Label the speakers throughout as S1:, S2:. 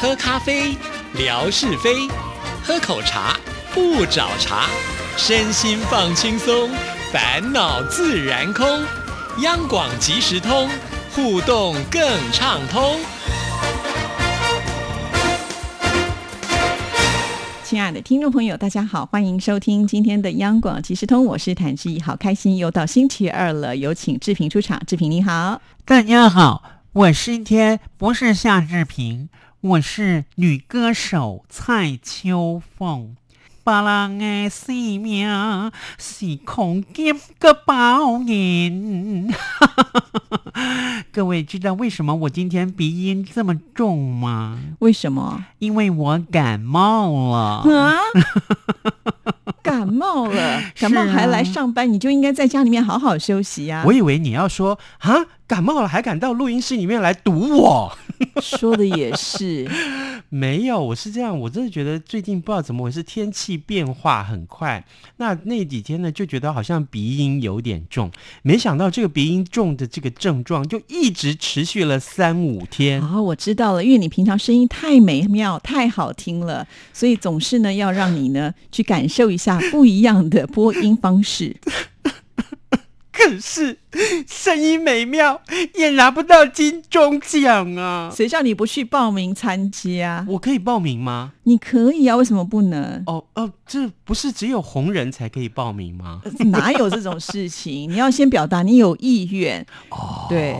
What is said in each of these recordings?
S1: 喝咖啡，聊是非；喝口茶，不找茬。身心放轻松，烦恼自然空。央广即时通，互动更畅通。
S2: 亲爱的听众朋友，大家好，欢迎收听今天的央广即时通，我是谭志毅，好开心又到星期二了，有请志平出场，志平你好。
S3: 大家好，我今天不是夏志平，我是女歌手蔡秋凤。别人的性命是空劫个报应。 各位知道为什么我今天鼻音这么重吗？
S2: 为什么
S3: 因为我感冒了。
S2: 啊？感冒了，感冒还来上班，你就应该在家里面好好休息呀、
S4: 我以为你要说啊，感冒了还敢到录音室里面来堵我？
S2: 说的也是，
S4: 没有，我是这样，我真的觉得最近不知道怎么回事，天气变化很快。那那几天呢，就觉得好像鼻音有点重，没想到这个鼻音重的这个症状就一直持续了三五天。
S2: 哦，我知道了，因为你平常声音太美妙、太好听了，所以总是呢要让你呢去感受一下不一样的播音方式。
S3: 可是声音美妙，也拿不到金钟奖啊！
S2: 谁叫你不去报名参加？
S4: 我可以报名吗？
S2: 你可以啊，为什么不能？
S4: 哦哦，这不是只有红人才可以报名吗？
S2: 哪有这种事情？你要先表达你有意愿，哦、对，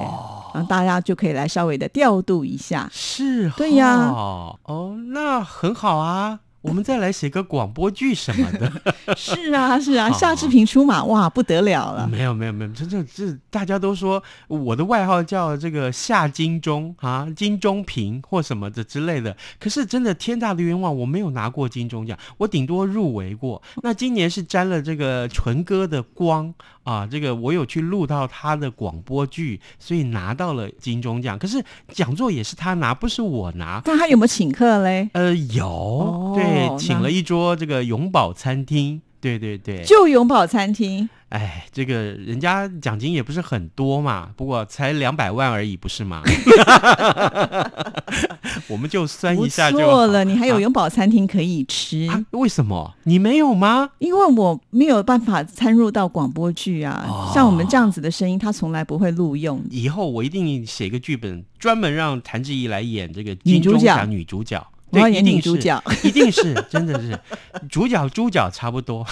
S2: 然后大家就可以来稍微的调度一下。
S4: 是、哦，
S2: 对呀
S4: 哦，那很好啊，我们再来写个广播剧什么的。
S2: 是啊，是啊，夏志平出马，哇，不得了了。
S4: 哦没有没有没有，真的这大家都说我的外号叫这个夏金钟啊，金钟平或什么的之类的。可是真的天大的冤枉，我没有拿过金钟奖，我顶多入围过。那今年是沾了这个纯哥的光啊，这个我有去录到他的广播剧，所以拿到了金钟奖。可是讲座也是他拿，不是我拿。
S2: 但他有没有请客嘞？
S4: 呃，有、
S2: 那
S4: 对，请了一桌这个永宝餐厅。对对对，
S2: 就永宝餐厅，
S4: 哎，这个人家奖金也不是很多嘛，不过才两百万而已，不 是吗？我们就算
S2: 不
S4: 哎一下就
S2: 错
S4: 好
S2: 了，你还有
S4: 啊
S2: 永宝餐厅可以吃。
S4: 啊为什么你没有吗？
S2: 因为我没有办法参入到广播剧啊，
S4: 哦
S2: 像我们这样子的声音，他从来不会录用。
S4: 以后我一定写个剧本，专门让谭志毅来演这个
S2: 女
S4: 金
S2: 主
S4: 钟
S2: 角
S4: 奖女主角。
S2: 我要
S4: 对，
S2: 演
S4: 一定
S2: 女主
S4: 是
S2: 角，
S4: 一定是，真的是，主角猪脚差不多。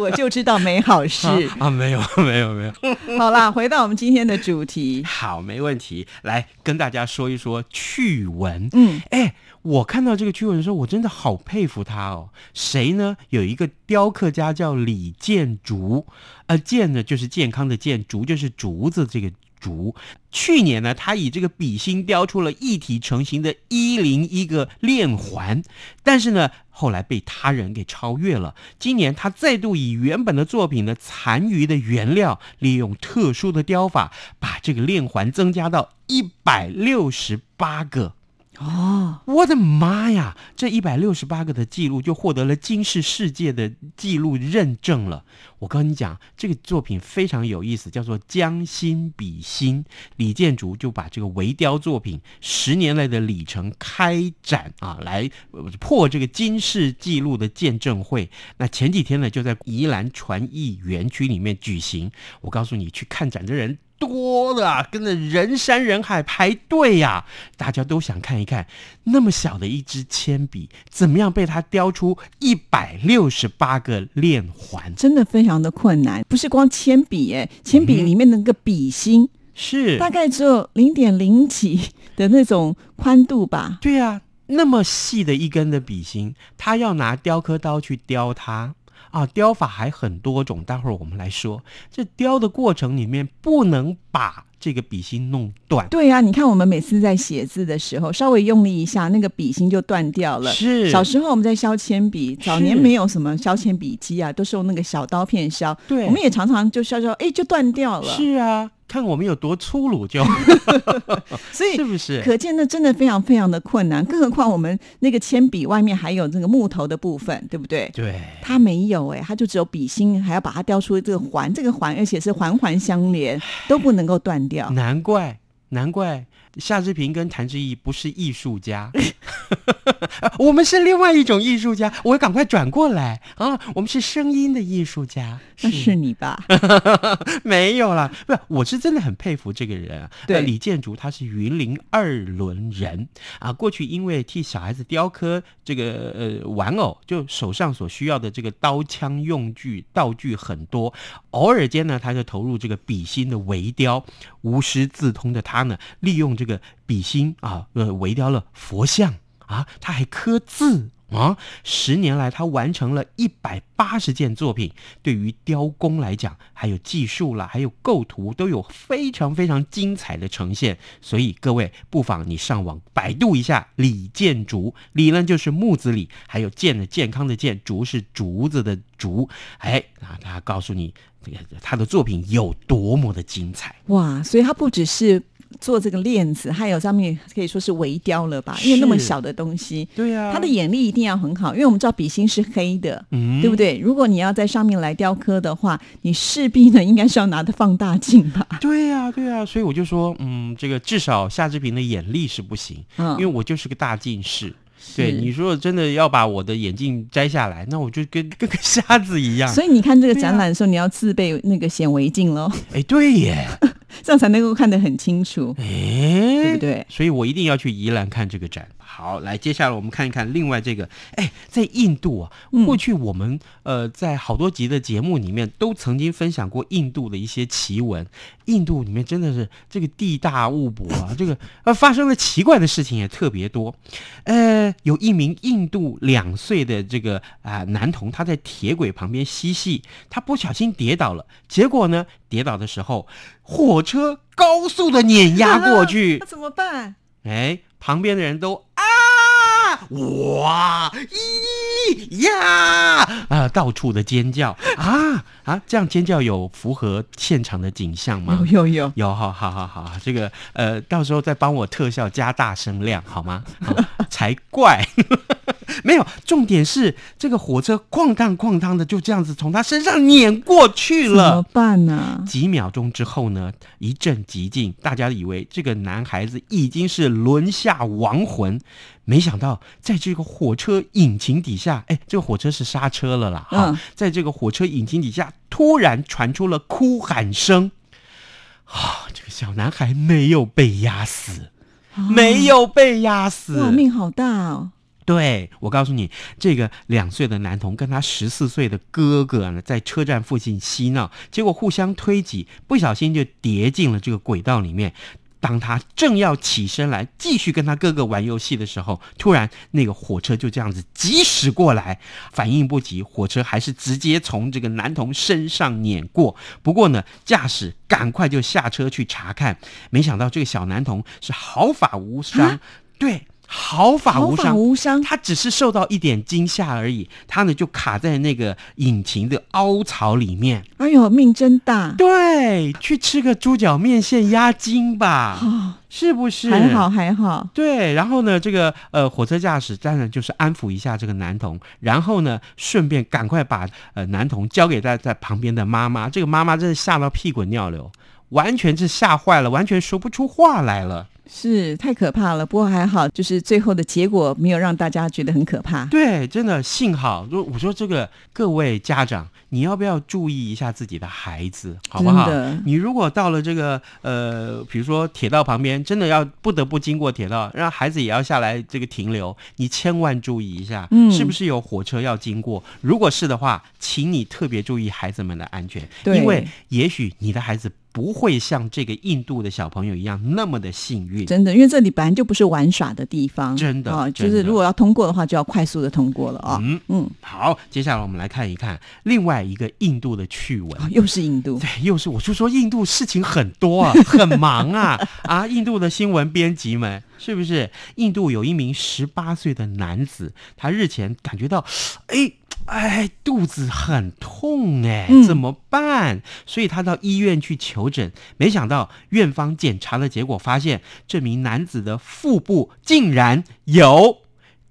S2: 我就知道没好 事。
S4: 啊，没有没有没有，
S2: 好啦，回到我们今天的主题，
S4: 好，没问题，来跟大家说一说趣闻。
S2: 嗯，
S4: 哎，我看到这个趣闻的时候，我真的好佩服他哦。谁呢？有一个雕刻家叫李建竹，呃，建呢就是健康的健，竹就是竹子这个竹。去年呢，他以这个笔芯雕出了一体成型的一零一个链环，但是呢，后来被他人给超越了。今年他再度以原本的作品的残余的原料，利用特殊的雕法，把这个链环增加到一百六十八个。
S2: 哦，
S4: 我的妈呀！这一百六十八个的记录就获得了金氏世界的记录认证了。我跟你讲，这个作品非常有意思，叫做《将心比心》。李建筑就把这个微雕作品十年来的里程开展啊，来呃破这个金氏纪录的见证会。那前几天呢，就在宜兰传艺园区里面举行。我告诉你，去看展的人多了啊，跟着人山人海排队呀、大家都想看一看那么小的一支铅笔，怎么样被它雕出一百六十八个链环？
S2: 真的非常的困难，不是光铅笔、哎，铅笔里面的那个笔芯，
S4: 嗯是
S2: 大概只有零点零几的那种宽度吧。
S4: 对啊，那么细的一根的笔芯，他要拿雕刻刀去雕它啊。雕法还很多种，待会儿我们来说。这雕的过程里面，不能把这个笔芯弄断。
S2: 对呀、啊，你看我们每次在写字的时候，稍微用力一下，那个笔芯就断掉了。
S4: 是
S2: 小时候我们在削铅笔，早年
S4: 是
S2: 没有什么削铅笔机啊，都是用那个小刀片削。
S4: 对
S2: 我们也常常就削削，哎，就断掉了。，
S4: 是啊，看我们有多粗鲁就，
S2: 所以
S4: 是不是？
S2: 可见那真的非常非常的困难，更何况我们那个铅笔外面还有那个木头的部分，对不对？
S4: 对，
S2: 它没有哎、它就只有笔芯，还要
S4: 嗯
S2: 把它雕出这个环，这个环而且是环环相连，都不能够断掉。
S4: 难怪。难怪夏志平跟谭志毅不是艺术家， 我们是另外一种艺术家。我赶快转过来啊，我们是声音的艺术家。嗯
S2: 那是你 吧？
S4: 没有啦，不，我是真的很佩服这个人啊。
S2: 对
S4: 呃李建筑他是云林二轮人啊，过去因为替小孩子雕刻这个呃玩偶，就手上所需要的这个刀枪用具道具很多，偶尔间呢，他就投入这个笔芯的微雕，无师自通的他呢，利用这个笔芯啊，呃，微雕了佛像啊，他还刻字。啊，十年来，他完成了一百八十件作品，对于雕工来讲，还有技术啦，还有构图，都有非常非常精彩的呈现。所以各位不妨你上网百度一下李建竹，李呢就是木子李，还有健呢健康的健，竹是竹子的竹。哎，啊，他告诉你这个他的作品有多么的精彩。
S2: 哇，所以它不只是做这个链子，还有上面可以说是微雕了吧？因为那么
S4: 是嗯
S2: 小的东西，
S4: 对呀、
S2: 他的眼力一定要很好，因为我们知道笔芯是黑的，
S4: 嗯
S2: 对不对？如果你要在上面来雕刻的话，你势必呢应该是要拿的放大镜 吧？
S4: 对呀、对呀、所以我就说，嗯，这个至少夏志平的眼力是不行，
S2: 嗯
S4: 因为我就是个大近视。
S2: 是
S4: 对，你如果真的要把我的眼镜摘下来，那我就跟跟个瞎子一样。
S2: 所以你看这个
S4: 对啊
S2: 展览的时候，你要自备那个显微镜喽，
S4: 哎，对耶，
S2: 这样才能够看得很清楚，
S4: 哎，
S2: 对
S4: 对
S2: 不？对？
S4: 所以我一定要去宜兰看这个展。好，来，接下来我们看一看另外这个，哎，在印度啊，
S2: 嗯
S4: 过去我们、呃在好多集的节目里面都曾经分享过印度的一些奇闻。印度里面真的是这个地大物博啊， 这个呃发生了奇怪的事情也特别多。呃，有一名印度两岁的这个啊、男童，他在铁轨旁边嬉戏，他不小心跌倒了，结果呢，跌倒的时候火车高速的碾压过去
S2: 那。怎么办？
S4: 哎，旁边的人都啊哇咦呀啊，到处的尖叫 啊啊！这样尖叫有符合现场的景象 吗
S2: 有？有有，
S4: 有，好好好好，这个呃，到时候再帮我特效加大声量好吗？好 才怪！ 没有，重点是这个火车哐当哐当的就这样子从他身上碾过去
S2: 怎么
S4: 了。
S2: 办呢？
S4: 几秒钟之后呢，一阵寂静，大家以为这个男孩子已经是轮下亡魂，没想到在这个火车引擎底下，哎，这个火车是刹车了啦，哈、
S2: 嗯
S4: 在这个火车引擎底下，突然传出了哭喊声，啊，这个小男孩没有被压死，没有被压死，
S2: 哦啊哇，命好大哦！
S4: 对，我告诉你，这个两岁的男童跟他十四岁的哥哥呢，在车站附近嬉闹，结果互相推挤，不小心就跌进了这个轨道里面。当他正要起身来继续跟他哥哥玩游戏的时候，突然那个火车就这样子疾驶过来，反应不及，火车还是直接从这个男童身上碾过。不过呢，驾驶赶快就下车去查看，没想到这个小男童是毫发无伤，对，毫发
S2: 啊毫
S4: 无
S2: 发
S4: 伤，
S2: 无伤，
S4: 他只是受到一点惊吓而已，他呢就卡在那个引擎的凹槽里面。
S2: 哎呦，命真大
S4: 对，去吃个猪脚面线压惊吧，
S2: 哦，
S4: 是不是？
S2: 还好。还好，
S4: 对，然后呢，这个呃，火车驾驶当然就是安抚一下这个男童，然后呢，顺便赶快把呃男童交给在在旁边的妈妈。这个妈妈真是吓到屁滚尿流，完全是吓坏了，完全说不出话来了。
S2: 是太可怕了。不过还好，就是最后的结果没有让大家觉得很可怕。
S4: 对，真的幸好，如我说这个各位家长，你要不要注意一下自己的孩子，好不好
S2: 真的？
S4: 你如果到了这个呃，比如说铁道旁边，真的要不得不经过铁道，让孩子也要下来这个停留，你千万注意一下，
S2: 嗯
S4: 是不是有火车要经过？如果是的话，请你特别注意孩子们的安全，
S2: 对
S4: 因为也许你的孩子不会像这个印度的小朋友一样那么的幸运。
S2: 真的，因为这里本来就不是玩耍的地方，
S4: 真的
S2: 啊、就
S4: 真
S2: 是
S4: 的
S2: 如果要通过的话，就要快速的通过了啊、
S4: 嗯
S2: 嗯，
S4: 好，接下来我们来看一看另外一个印度的趣闻。
S2: 哦又是印度，
S4: 对，又是我就说印度事情很多啊，很忙啊啊！印度的新闻编辑们是不是？印度有一名十八岁的男子，他日前感觉到，哎。哎，肚子很痛哎
S2: 嗯，
S4: 怎么办？所以他到医院去求诊，没想到院方检查的结果发现，这名男子的腹部竟然有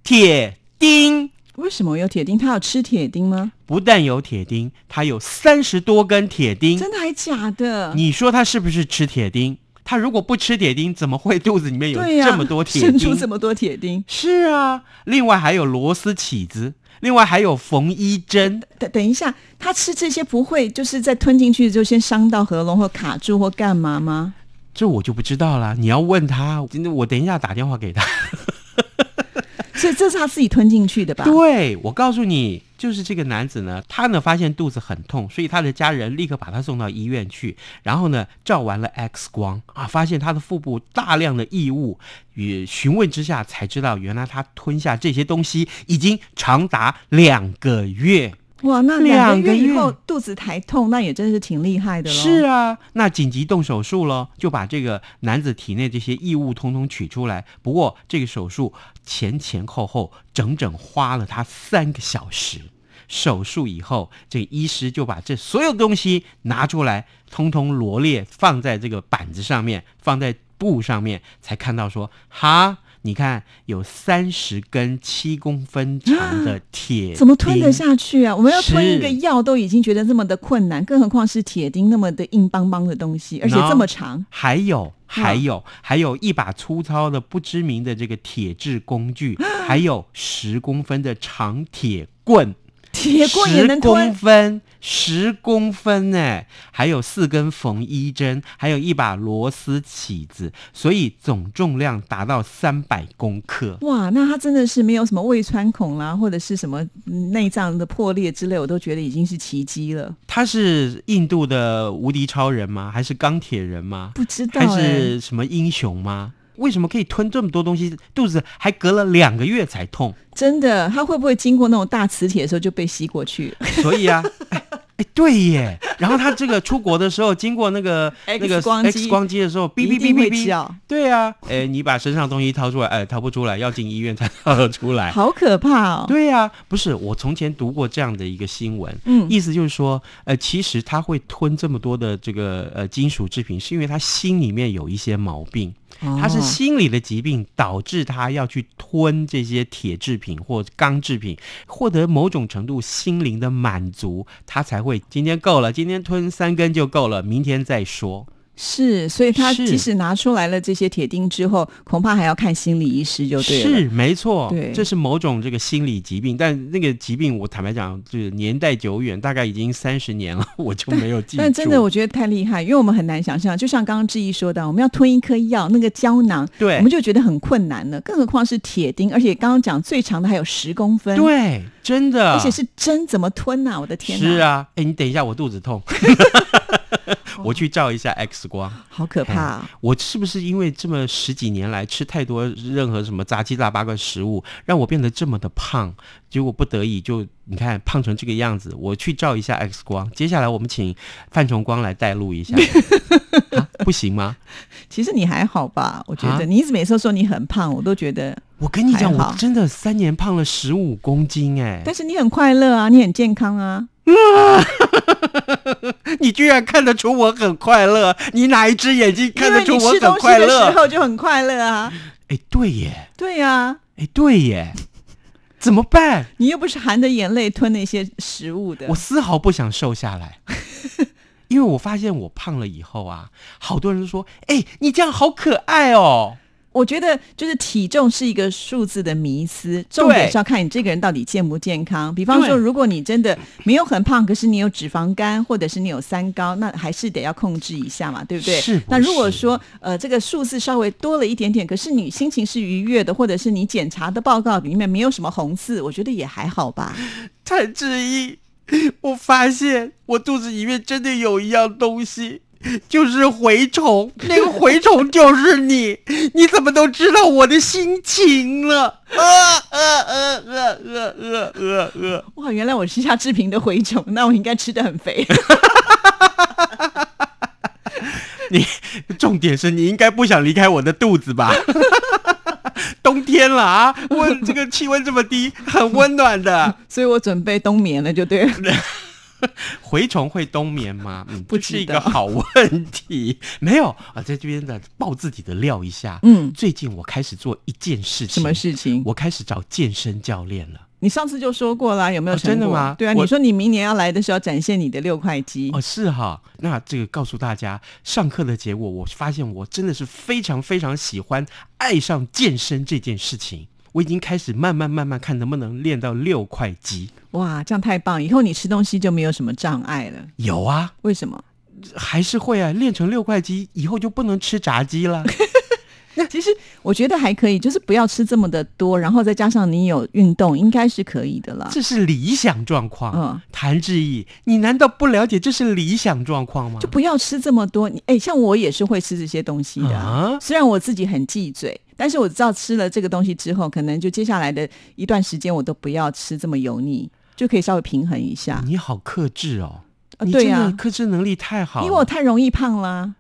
S4: 铁钉。
S2: 为什么有铁钉？他要吃铁钉吗？
S4: 不但有铁钉，他有三十多根铁钉，
S2: 真的还假的？
S4: 你说他是不是吃铁钉？他如果不吃铁钉，怎么会肚子里面有
S2: 对呀、
S4: 这么多铁
S2: 生出
S4: 钉？
S2: 这么多铁钉。
S4: 是啊，另外还有螺丝起子，另外还有缝衣针，
S2: 等等一下，他吃这些不会就是在吞进去就先伤到喉咙或卡住或干嘛吗？
S4: 这我就不知道啦。你要问他，今天我等一下打电话给他。
S2: 所以这是他自己吞进去的吧？
S4: 对，我告诉你，就是这个男子呢，他呢发现肚子很痛，所以他的家人立刻把他送到医院去，然后呢照完了 X 光啊，发现他的腹部大量的异物，与询问之下才知道，原来他吞下这些东西已经长达两个月。
S2: 哇，那两
S4: 两
S2: 个
S4: 个
S2: 月以
S4: 月
S2: 后肚子才痛，那也真是挺厉害的喽。
S4: 是啊，那紧急动手术喽，就把这个男子体内这些异物通通取出来。不过这个手术前前后后整整花了他三个小时。手术以后，这个医师就把这所有东西拿出来，通通罗列放在这个板子上面，放在布上面，才看到说，哈，你看有三十根七公分长的铁，
S2: 啊怎么吞得？下去啊？我们要吞一个
S4: 是
S2: 药都已经觉得这么的困难，更何况是铁钉那么的硬邦邦的东西，而且
S4: 喏
S2: 这么长。
S4: 还
S2: 嗯
S4: 有，还有，还有一把粗糙的不知名的这个铁制工具，
S2: 啊
S4: 还有十公分的长铁棍，
S2: 铁棍也能
S4: 10公
S2: 吞，
S4: 分，十公分呢，还有四根缝衣针，还有一把螺丝起子，所以总重量达到三百公克。
S2: 哇！那他真的是没有什么胃穿孔啦，或者是什么嗯内脏的破裂之类，我都觉得已经是奇迹了。
S4: 他是印度的无敌超人吗？还是钢铁人吗？
S2: 不知道、
S4: 还
S2: 欸、
S4: 是什么英雄吗？为什么可以吞这么多东西？肚子还隔了两个月才痛。
S2: 真的，他会不会经过那种大磁铁的时候就被吸过去？
S4: 所以啊，哎哎，对耶。然后他这个出国的时候，经过那个那个
S2: X 光机
S4: X 光机的时候，哔
S2: 一
S4: 哔
S2: 定
S4: 哔
S2: 会
S4: 哔
S2: 叫
S4: 哔，对啊，哎，你把身上东西掏出来，哎，掏不出来，要进医院才掏得出 来。
S2: 好可怕哦！
S4: 对啊，不是，我从前读过这样的一个新闻，
S2: 嗯
S4: 意思就是说，呃，其实他会吞这么多的这个呃金属制品，是因为他心里面有一些毛病，他是
S2: 哦
S4: 心理的疾病导致他要去吞这些铁制品或钢制品，获得某种程度心灵的满足，他才会今天够了，今天吞三根就够了，明天再说。
S2: 哦是，所以他
S4: 是
S2: 即使拿出来了这些铁钉之后，恐怕还要看心理医师就对了。
S4: 是没错
S2: 对，
S4: 这是某种这个心理疾病，但那个疾病我坦白讲，就是年代久远，大概已经三十年了， 我就没有记住。
S2: 但真的，我觉得太厉害，因为我们很难想象，就像刚刚志毅说的，我们要吞一颗药，那个胶囊，
S4: 对
S2: 我们就觉得很困难了，更何况是铁钉，而且刚刚讲最长的还有十公分，，
S4: 对，真的，
S2: 而且是针，怎么吞呐、我的天
S4: 是
S2: 呐，
S4: 啊，哎，你等一下，我肚 子痛，我去照一下 X 光。
S2: 好可怕、啊！
S4: 我是不是因为这么十几年来吃太多任何什么杂七杂八个食物，让我变得这么的胖？结果不得已就你看胖成这个样子，我去照一下 X 光。接下来我们请范崇光来带路 一下，啊、不行吗？
S2: 其实你还好吧？我觉得、
S4: 啊
S2: 你一直每次都说你很胖，我都觉得，
S4: 我跟你讲，
S2: 还好
S4: 我真的三年胖了十五公斤哎、
S2: 但是你很快乐啊，你很健康啊，
S4: 你居然看得出我很快乐，你哪一只眼睛看
S2: 因为
S4: 得出
S2: 你
S4: 我
S2: 吃东
S4: 很
S2: 西
S4: 快
S2: 的时
S4: 乐？
S2: 候就很快乐啊，
S4: 哎，对耶，
S2: 对呀、啊。
S4: 哎，对耶，怎么办？
S2: 你又不是含着眼泪吞那些食物的
S4: 我，丝毫不想瘦下来， 因为我发现我胖了以后啊，好多人都说：“哎、你这样好可爱 哦。
S2: 我觉得就是体重是一个数字的迷思，重点是要看你这个人到底健不健康。比方说，
S4: 对
S2: 如果你真的没有很胖，可是你有脂肪肝，或者是你有三高，那还是得要控制一下嘛，对不对？
S4: 是不
S2: 那如果
S4: 是
S2: 说呃这个数字稍微多了一点点，可是你心情是愉悦的，或者是你检查的报告里面没有什么红字，我觉得也还好吧。”
S4: 谭志毅，我发现我肚子里面真的有一样东西。就是蛔虫，那个蛔虫就是你，你怎么都知道我的心情了？呃呃呃呃呃呃呃呃，
S2: 哇，原来我是夏志平的蛔虫，那我应该吃的很肥。
S4: 重点是你应该不想离开我的肚子吧？ 冬天了啊，温这个气温这么低，很温暖的。
S2: 所以我准备冬眠了，就对了。
S4: 蛔虫会冬眠吗？嗯，
S2: 不
S4: 这是
S2: 知
S4: 一
S2: 道
S4: 个好问题。 没有啊，在这边的爆自己的料一下。
S2: 嗯
S4: 最近我开始做一件事情，
S2: 什么？事情？
S4: 我开始找健身教练了。
S2: 你上次就说过啦，有没有
S4: 哦
S2: 成
S4: 真的
S2: 果
S4: 吗
S2: 对啊，
S4: 我
S2: 你说你明年要来的时候展现你的六块肌，
S4: 哦，是哈。那这个告诉大家，上课的结果，我发现我真的是非常非常喜欢爱上健身这件事情。我已经开始慢慢慢慢看能不能练到六块肌。
S2: 哇，这样太棒！以后你吃东西就没有什么障碍了。
S4: 有啊，
S2: 为什么？
S4: 还是会啊，练成六块肌以后就不能吃炸 鸡了。
S2: 其实我觉得还可以，就是不要吃这么的多，然后再加上你有运动，应该是可以的啦。
S4: 这是理想状况。
S2: 嗯
S4: 谭志毅，你难道不了解这是理想状况吗？
S2: 就不要吃这么多。你哎、像我也是会吃这些东西的啊、
S4: 啊
S2: 虽然我自己很忌嘴，但是我知道吃了这个东西之后，可能就接下来的一段时间我都不要吃这么油腻，就可以稍微平衡一下。
S4: 你好克制哦，
S2: 啊
S4: 你
S2: 对
S4: 真
S2: 呀、
S4: 的克制能力太好了。
S2: 因为我太容易胖 啦。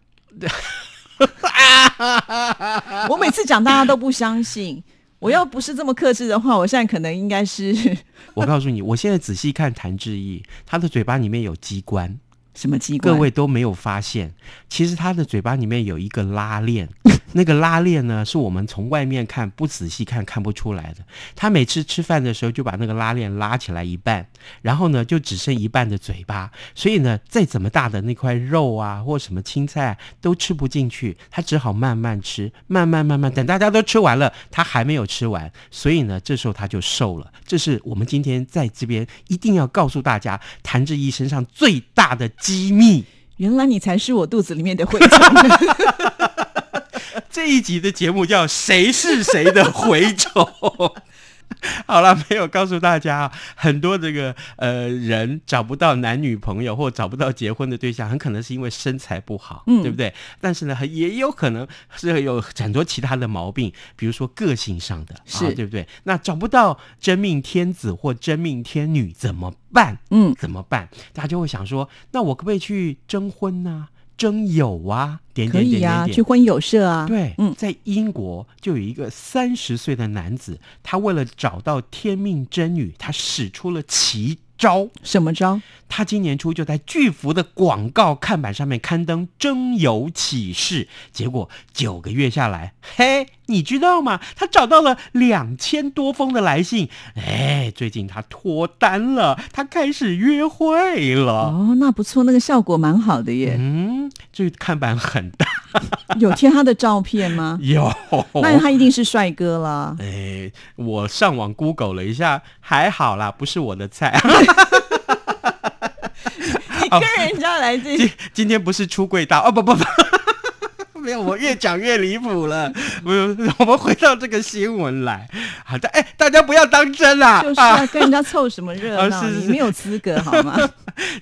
S2: 我每次讲大家都不相信，我要不是这么克制的话，我现在可能应该是
S4: 我告诉你，我现在仔细看谭志毅，他的嘴巴里面有机关，
S2: 什么机关？
S4: 各位都没有发现，其实他的嘴巴里面有一个拉链， 那个拉链呢，是我们从外面看不仔细看看不出来的。他每次吃饭的时候就把那个拉链拉起来一半，然后呢就只剩一半的嘴巴，所以呢再怎么大的那块肉啊或什么青菜啊都吃不进去，他只好慢慢吃，慢慢慢慢，等大家都吃完了，他还没有吃完，所以呢这时候他就瘦了。这是我们今天在这边一定要告诉大家谭志毅身上最大的机密。
S2: 原来你才是我肚子里面的蛔虫。
S4: 这一集的节目叫《谁是谁的蛔虫》。 好了，没有告诉大家啊，很多这个呃人找不到男女朋友或找不到结婚的对象，很可能是因为身材不好，
S2: 嗯
S4: 对不对？但是呢，很也有可能是有很多其他的毛病，比如说个性上的，
S2: 是
S4: 啊、对不对？那找不到真命天子或真命天女怎么办？
S2: 嗯，
S4: 怎么办？大家就会想说，那我可不可以去征婚呢、征友啊？点
S2: 可
S4: 点点
S2: 以
S4: 点
S2: 呀、
S4: 点。
S2: 去婚友社啊。
S4: 对，
S2: 嗯，
S4: 在英国就有一个三十岁的男子，他为了找到天命真女，他使出了奇招。
S2: 什么招？
S4: 他今年初就在巨幅的广告看板上面刊登征友启事，结果九个月下来，嘿，你知道吗？他找到了两千多封的来信。哎，最近他脱单了，他开始约会了。
S2: 哦，那不错，那个效果蛮好的耶。
S4: 嗯，这个看板很大，嗯
S2: 有贴他的照片吗？
S4: 有。
S2: 那他一定是帅哥 啦。
S4: 哎，我上网 Google 了一下，还好啦，不是我的菜。 啊
S2: 你跟人家来这
S4: 今今天不是出柜大哦，不不不， 没有，我越讲越离谱了。 不是，我们回到这个新闻来。好的，哎，大家不要当真啦
S2: 就是
S4: 啊！
S2: 要跟人家凑什么热闹，
S4: 啊是是是
S2: 你没有资格好 吗？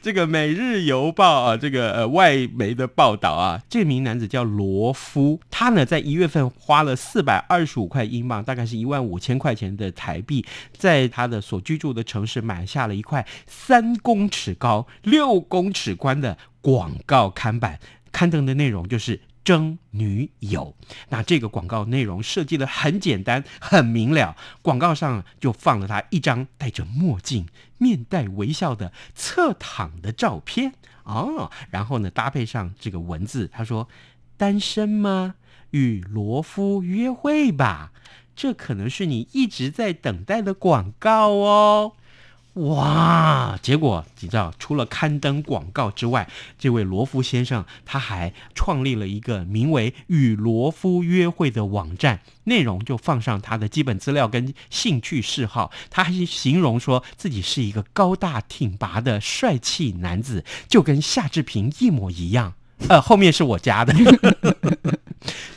S4: 这个《每日邮报》啊，这个呃外媒的报道啊，这名男子叫罗夫，他呢在一月份花了四百二十五块英镑，大概是一万五千块钱的台币，在他的所居住的城市买下了一块三公尺高、六公尺宽的广告看板，刊登的内容就是。征女友，那这个广告内容设计的很简单、很明了，广告上就放了他一张戴着墨镜、面带微笑的侧躺的照片哦，然后呢搭配上这个文字，他说：“单身吗？与罗夫约会吧，这可能是你一直在等待的广告哦。”哇！结果你知道，除了刊登广告之外，这位罗夫先生他还创立了一个名为“与罗夫约会”的网站，内容就放上他的基本资料跟兴趣嗜好。他还形容说自己是一个高大挺拔的帅气男子，就跟夏志平一模一样。呃，后面是我加的。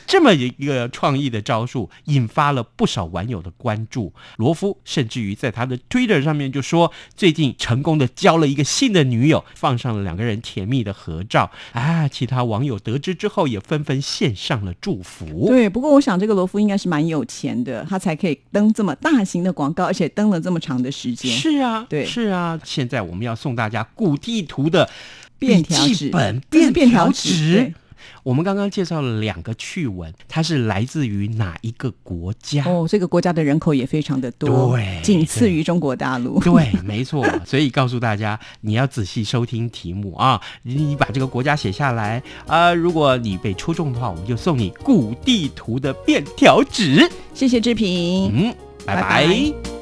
S4: 这么一个创意的招数，引发了不少网友的关注。罗夫甚至于在他的 Twitter 上面就说，最近成功的交了一个新的女友，放上了两个人甜蜜的合照啊。其他网友得知之后，也纷纷献上了祝福。
S2: 对，不过我想这个罗夫应该是蛮有钱的，他才可以登这么大型的广告，而且登了这么长的时间。
S4: 是啊，
S2: 对
S4: 是啊。现在我们要送大家古地图的
S2: 便条
S4: 笔
S2: 纸
S4: 记本，
S2: 这是便条
S4: 条
S2: 纸对
S4: 我们刚刚介绍了两个趣闻，它是来自于哪一个国家？
S2: 哦，这个国家的人口也非常的多，
S4: 对
S2: 仅次于中国大 陆。
S4: 对，没错。所以告诉大家，你要仔细收听题目啊，你把这个国家写下来啊、如果你被抽中的话，我们就送你古地图的便条纸。
S2: 谢谢志平。
S4: 嗯，拜
S2: 拜
S4: 拜
S2: 拜